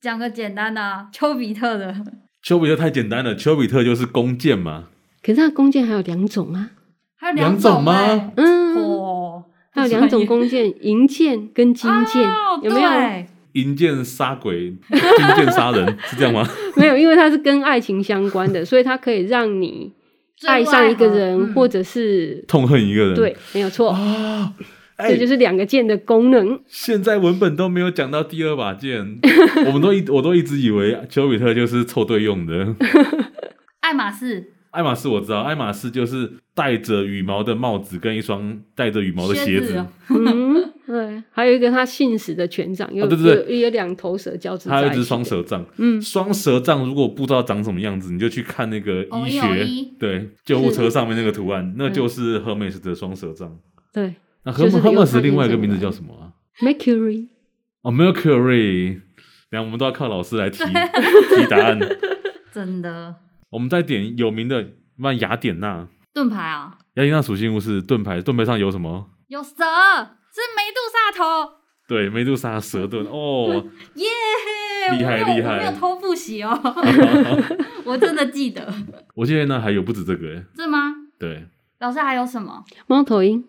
[SPEAKER 2] 讲个简单的、啊，丘比特的。
[SPEAKER 1] 丘比特太简单了，丘比特就是弓箭嘛，
[SPEAKER 3] 可是它的弓箭还有两种啊，
[SPEAKER 2] 还有
[SPEAKER 1] 两种
[SPEAKER 2] 种
[SPEAKER 1] 吗
[SPEAKER 2] 哎
[SPEAKER 3] 嗯，
[SPEAKER 2] 哦，
[SPEAKER 3] 还有两种弓 箭，银箭跟金箭，
[SPEAKER 2] 哦
[SPEAKER 3] 有没有？
[SPEAKER 2] 对
[SPEAKER 1] 银箭杀鬼， 金箭杀人，是这样吗？
[SPEAKER 3] 没有，因为它是跟爱情相关的，所以它可以让你爱上一个人，或
[SPEAKER 2] 者
[SPEAKER 3] 者是
[SPEAKER 1] 痛恨一个人，
[SPEAKER 3] 对，没有错，
[SPEAKER 1] 啊，哎、
[SPEAKER 3] 这就是两个箭的 功能。
[SPEAKER 1] 现在文本都没有讲到第二把剑，我们都一我都一直以为丘比特就是凑对用的。
[SPEAKER 2] 爱马仕
[SPEAKER 1] 爱马仕我知道，爱马仕就是戴着羽毛的帽子跟一双戴着羽毛的鞋
[SPEAKER 2] 子
[SPEAKER 1] 子，
[SPEAKER 2] 哦，
[SPEAKER 3] 嗯，对，还有一个他信使的权杖，有、
[SPEAKER 1] 啊对对对
[SPEAKER 3] 有有两头蛇交织
[SPEAKER 1] 还有
[SPEAKER 3] 在一
[SPEAKER 1] 一
[SPEAKER 3] 起，
[SPEAKER 1] 只双，蛇杖。
[SPEAKER 3] 嗯，
[SPEAKER 1] 双蛇杖如果不知道长什么样子，你就去看那个
[SPEAKER 2] 哦
[SPEAKER 1] 医
[SPEAKER 2] 有
[SPEAKER 1] 学，
[SPEAKER 2] 医
[SPEAKER 1] 对救护车上面那个图案，那就是 Hermes 的双蛇杖。
[SPEAKER 3] 对
[SPEAKER 1] 那
[SPEAKER 3] 就是
[SPEAKER 1] Hermes Hermes
[SPEAKER 3] 用
[SPEAKER 1] 另外一个
[SPEAKER 3] 它
[SPEAKER 1] 名字
[SPEAKER 3] 印证的
[SPEAKER 1] 叫什么啊？
[SPEAKER 3] ，Mercury，
[SPEAKER 1] 哦，Mercury。然后我们都要靠老师来提提答案。
[SPEAKER 2] 真的
[SPEAKER 1] 我们再点有名的，那雅典娜。
[SPEAKER 2] 盾牌啊，
[SPEAKER 1] 雅典娜属性物是盾牌，盾牌上有什么？
[SPEAKER 2] 有蛇，是梅杜莎头，
[SPEAKER 1] 对，梅杜莎蛇盾哦，
[SPEAKER 2] 耶！
[SPEAKER 1] 厉害
[SPEAKER 2] 我没有
[SPEAKER 1] 厉害
[SPEAKER 2] 我没有偷复习 哦， 我真的记得，
[SPEAKER 1] 我记得那还有不止这个耶，欸
[SPEAKER 2] 是吗？
[SPEAKER 1] 对，
[SPEAKER 2] 老师还有什么？
[SPEAKER 3] 猫头鹰，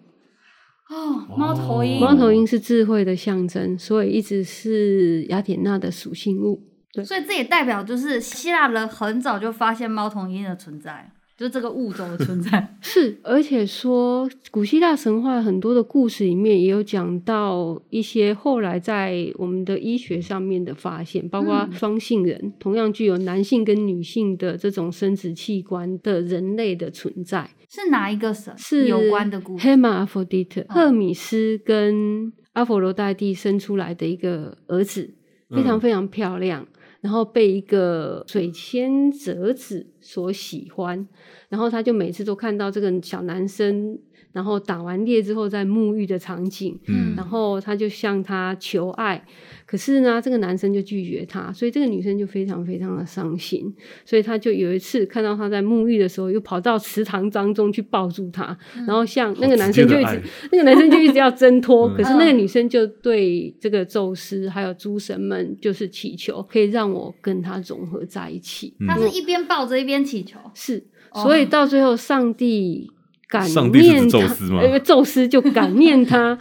[SPEAKER 2] 哦，猫头鹰，
[SPEAKER 3] 猫头鹰是智慧的象征，所以一直是雅典娜的属性物。
[SPEAKER 2] 所以这也代表就是希腊人很早就发现猫头鹰的存在，就是这个物种的存在。
[SPEAKER 3] 是，而且说古希腊神话很多的故事里面也有讲到一些后来在我们的医学上面的发现，包括
[SPEAKER 2] 嗯
[SPEAKER 3] 双性人、同样具有男性跟女性的这种生殖器官的人类的存在，
[SPEAKER 2] 是哪一个神
[SPEAKER 3] 是
[SPEAKER 2] 有关的故事？嗯
[SPEAKER 3] 黑马阿佛迪特，赫米斯跟阿佛罗代蒂生出来的一个儿子，非常
[SPEAKER 1] 嗯
[SPEAKER 3] 非常漂亮。然后被一个水仙折子所喜欢，然后他就每次都看到这个小男生，然后打完猎之后在沐浴的场景，
[SPEAKER 1] 嗯
[SPEAKER 3] 然后他就向他求爱，可是呢，这个男生就拒绝他，所以这个女生就非常非常的伤心，所以她就有一次看到他在沐浴的时候，又跑到池塘当中去抱住他，然后像那个男生就一
[SPEAKER 1] 好直
[SPEAKER 3] 直
[SPEAKER 1] 接的，
[SPEAKER 3] 那个男生就一直要挣脱，
[SPEAKER 1] 嗯
[SPEAKER 3] 可是那个女生就对这个宙斯还有诸神们就是祈求，可以让我跟他融合在一
[SPEAKER 1] 嗯
[SPEAKER 3] 起，
[SPEAKER 2] 他是一边抱着一边祈求，
[SPEAKER 3] 是，
[SPEAKER 2] 哦
[SPEAKER 3] 所以到最后，上帝感
[SPEAKER 1] 上帝是
[SPEAKER 3] 念
[SPEAKER 1] 指宙
[SPEAKER 3] 他
[SPEAKER 1] 斯吗
[SPEAKER 3] 呃宙斯就感念他，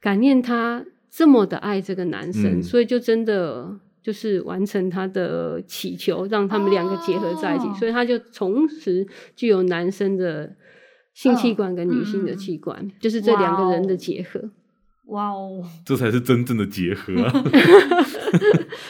[SPEAKER 3] 感念他这么的爱这个男生，
[SPEAKER 1] 嗯
[SPEAKER 3] 所以就真的就是完成他的祈求，让他们两个结合在一起，
[SPEAKER 2] 哦
[SPEAKER 3] 所以他就同时具有男生的性器官跟女性
[SPEAKER 2] 嗯嗯
[SPEAKER 3] 的
[SPEAKER 2] 嗯
[SPEAKER 3] 器官，就是这两个人的结合。
[SPEAKER 2] 哇哦，
[SPEAKER 1] 这才是真正的结合 啊！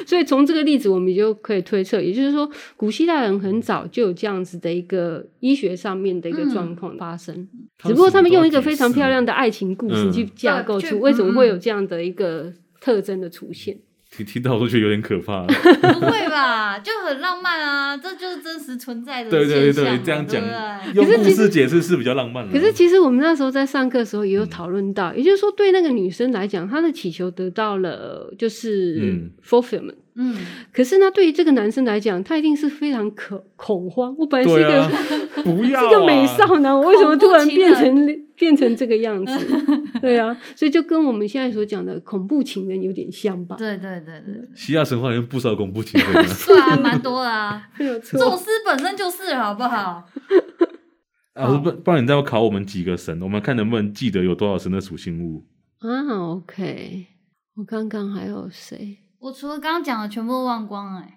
[SPEAKER 3] 所以从这个例子，我们就可以推测，也就是说，古希腊人很早就有这样子的一个医学上面的一个
[SPEAKER 2] 嗯
[SPEAKER 3] 状况发生。只不过他们用一个非常漂亮的爱情故事
[SPEAKER 1] 嗯
[SPEAKER 3] 去架构
[SPEAKER 2] 对
[SPEAKER 3] 出
[SPEAKER 2] 去
[SPEAKER 3] 为什么会有这样的一个特征的出现。
[SPEAKER 1] 听听到我都觉得有点可 怕。
[SPEAKER 2] 不 会吧？就很浪漫啊，这就是真实存在的
[SPEAKER 1] 对对对
[SPEAKER 2] 现象嘛，
[SPEAKER 1] 对，这样讲
[SPEAKER 2] 对不对
[SPEAKER 1] 用
[SPEAKER 3] 可是
[SPEAKER 1] 故
[SPEAKER 3] 其实
[SPEAKER 1] 事解释是比较浪漫的。
[SPEAKER 3] 可是其实我们那时候在上课的时候也有讨论
[SPEAKER 1] 嗯
[SPEAKER 3] 到，也就是说对那个女生来讲，她的祈求得到了就是
[SPEAKER 1] 嗯
[SPEAKER 3] fulfillment，、
[SPEAKER 2] 嗯，
[SPEAKER 3] 可是呢，对于这个男生来讲，他一定是非常可恐慌。我本来是一
[SPEAKER 1] 对
[SPEAKER 3] 个、
[SPEAKER 1] 啊，不要
[SPEAKER 3] 是
[SPEAKER 1] 啊
[SPEAKER 3] 个美少男，我为什么突然变
[SPEAKER 2] 恐
[SPEAKER 3] 成 变成这个样子？ 对啊，所以就跟我们现在所讲的恐怖情人有点像吧？
[SPEAKER 2] 对对对 对，对
[SPEAKER 1] 希腊神话里面不少恐怖情人啊
[SPEAKER 2] 对啊，蛮多 的啊。
[SPEAKER 3] 没有错。
[SPEAKER 2] 宙斯本身就是好不好？
[SPEAKER 1] 啊！不不然你再考我们几个神，我们看能不能记得有多少神的属性物。
[SPEAKER 3] 啊，OK，我刚刚还有谁
[SPEAKER 2] 我除了刚刚讲的，全部都忘光了欸。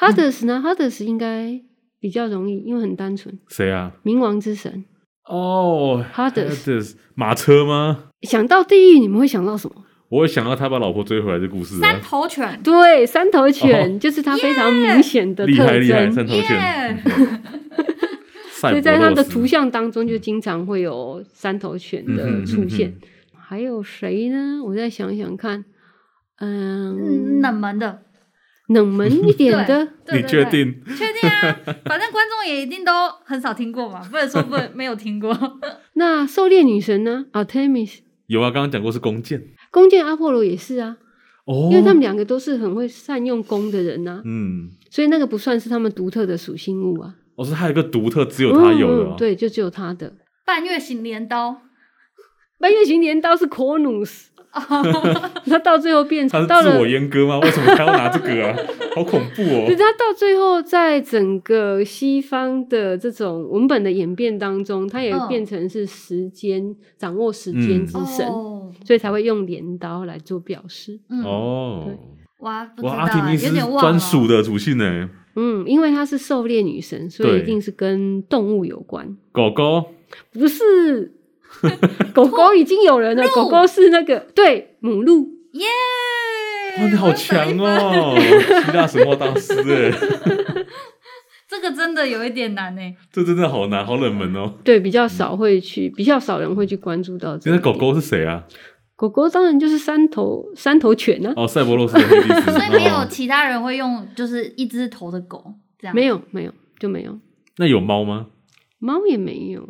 [SPEAKER 1] 嗯
[SPEAKER 3] ？Hades 呢？Hades 应该比较容易，因为很单纯。
[SPEAKER 1] 谁啊？
[SPEAKER 3] 冥王之神
[SPEAKER 1] 哦
[SPEAKER 3] Hades，
[SPEAKER 1] ，Hades 马车吗？
[SPEAKER 3] 想到地狱，你们会想到什么？
[SPEAKER 1] 我也想到他把老婆追回来的故事
[SPEAKER 2] 三
[SPEAKER 1] 啊，
[SPEAKER 2] 头犬，
[SPEAKER 3] 对，三头犬、就是它非常明显的
[SPEAKER 1] 哦厉害
[SPEAKER 3] 特
[SPEAKER 1] 厉害，
[SPEAKER 3] 征，
[SPEAKER 1] 三头嗯犬。
[SPEAKER 2] 耶！
[SPEAKER 1] 赛
[SPEAKER 3] 所以
[SPEAKER 1] 博
[SPEAKER 3] 在它的
[SPEAKER 1] 洛斯
[SPEAKER 3] 图像当中就经常会有三头犬
[SPEAKER 1] 嗯
[SPEAKER 3] 的
[SPEAKER 1] 哼
[SPEAKER 3] 出
[SPEAKER 1] 嗯
[SPEAKER 3] 现。还有谁呢？我再想想看，
[SPEAKER 2] 嗯
[SPEAKER 3] 嗯，
[SPEAKER 2] 冷门的，
[SPEAKER 3] 冷门一点的
[SPEAKER 2] 对对
[SPEAKER 1] 你确
[SPEAKER 2] 对
[SPEAKER 1] 定？
[SPEAKER 2] 确定啊， 反正观众也一定都很少听过嘛，不能说不没有听过。
[SPEAKER 3] 那狩猎女神呢？Artemis。
[SPEAKER 1] 有啊，刚刚讲过是弓箭，
[SPEAKER 3] 弓箭阿波罗也是啊，
[SPEAKER 1] 哦，
[SPEAKER 3] 因为他们两个都是很会善用弓的人呐、
[SPEAKER 1] 嗯，
[SPEAKER 3] 所以那个不算是他们独特的属性物啊。
[SPEAKER 1] 哦，是他有一个独特只有他有的、哦
[SPEAKER 3] 嗯，对，就只有他的。
[SPEAKER 2] 半月形镰刀，
[SPEAKER 3] 半月形镰刀是 Cornus，他到最后变
[SPEAKER 1] 他
[SPEAKER 3] 成
[SPEAKER 1] 是
[SPEAKER 3] 到
[SPEAKER 1] 自
[SPEAKER 3] 了
[SPEAKER 1] 我，阉割吗？ 为什么他要拿这个啊？好恐怖
[SPEAKER 3] 就是
[SPEAKER 1] 哦！
[SPEAKER 3] 他到最后在整个西方的这种文本的演变当中，他也
[SPEAKER 2] 嗯
[SPEAKER 3] 变成是时间、掌握时间之神，
[SPEAKER 2] 哦，
[SPEAKER 3] 所以才会用镰刀来做表示。
[SPEAKER 2] 嗯，
[SPEAKER 1] 哦，
[SPEAKER 2] 哇，不知道
[SPEAKER 1] 哇，阿提
[SPEAKER 2] 啊，
[SPEAKER 1] 密
[SPEAKER 2] 有
[SPEAKER 1] 斯
[SPEAKER 2] 点忘
[SPEAKER 1] 专
[SPEAKER 2] 了
[SPEAKER 1] 属的属性呢，
[SPEAKER 3] 嗯，因为她是狩猎女神，所以
[SPEAKER 1] 对
[SPEAKER 3] 一定是跟动物有关。
[SPEAKER 1] 狗狗
[SPEAKER 3] 不是，狗狗已经有人了，狗狗是那个对母鹿。
[SPEAKER 2] 耶！
[SPEAKER 1] 哇，你哎好强
[SPEAKER 2] 我又得一分！
[SPEAKER 1] 哦，希腊神话大师 哎，
[SPEAKER 2] 这个真的有一点难欸呢。
[SPEAKER 1] 这真的好难，好冷门哦。
[SPEAKER 3] 对，比较少会去，比较少人会去关注到这
[SPEAKER 1] 现
[SPEAKER 3] 个
[SPEAKER 1] 在狗，狗是谁啊？
[SPEAKER 3] 狗狗当然就是三头三头犬啊，
[SPEAKER 1] 哦，赛博洛斯的黑历史，
[SPEAKER 2] 所以没有
[SPEAKER 1] 哦
[SPEAKER 2] 其他人会用，就是一只头的狗这样。
[SPEAKER 3] 没有没有就没有，
[SPEAKER 1] 那有猫吗？
[SPEAKER 3] 猫也没有。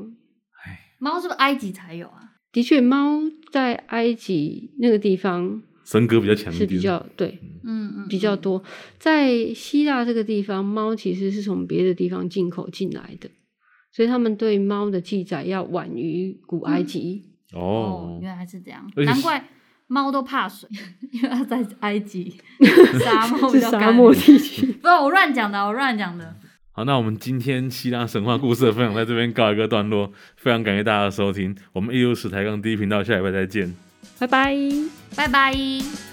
[SPEAKER 2] 猫是不是埃及才有啊？
[SPEAKER 3] 的确，猫在埃及那个地方
[SPEAKER 1] 神格比较强一
[SPEAKER 3] 是比
[SPEAKER 1] 点，
[SPEAKER 3] 较对
[SPEAKER 2] 嗯嗯，
[SPEAKER 3] 比较多，在希腊这个地方，猫其实是从别的地方进口进来的，所以他们对猫的记载要晚于古埃及。
[SPEAKER 2] 哦，
[SPEAKER 1] 哦，
[SPEAKER 2] 原来是这样，
[SPEAKER 1] 而且是
[SPEAKER 2] 难怪猫都怕水， 因为它在埃及沙漠比
[SPEAKER 3] 是
[SPEAKER 2] 较
[SPEAKER 3] 沙
[SPEAKER 2] 干。
[SPEAKER 3] 漠地区。
[SPEAKER 2] 不，我乱讲的，我乱讲的。
[SPEAKER 1] 好，那我们今天希腊神话故事的分享在这边告一个段落，非常感谢大家的收听，我们 EU 史抬杠第一频道下礼拜再见。
[SPEAKER 3] 拜拜。
[SPEAKER 2] 拜拜。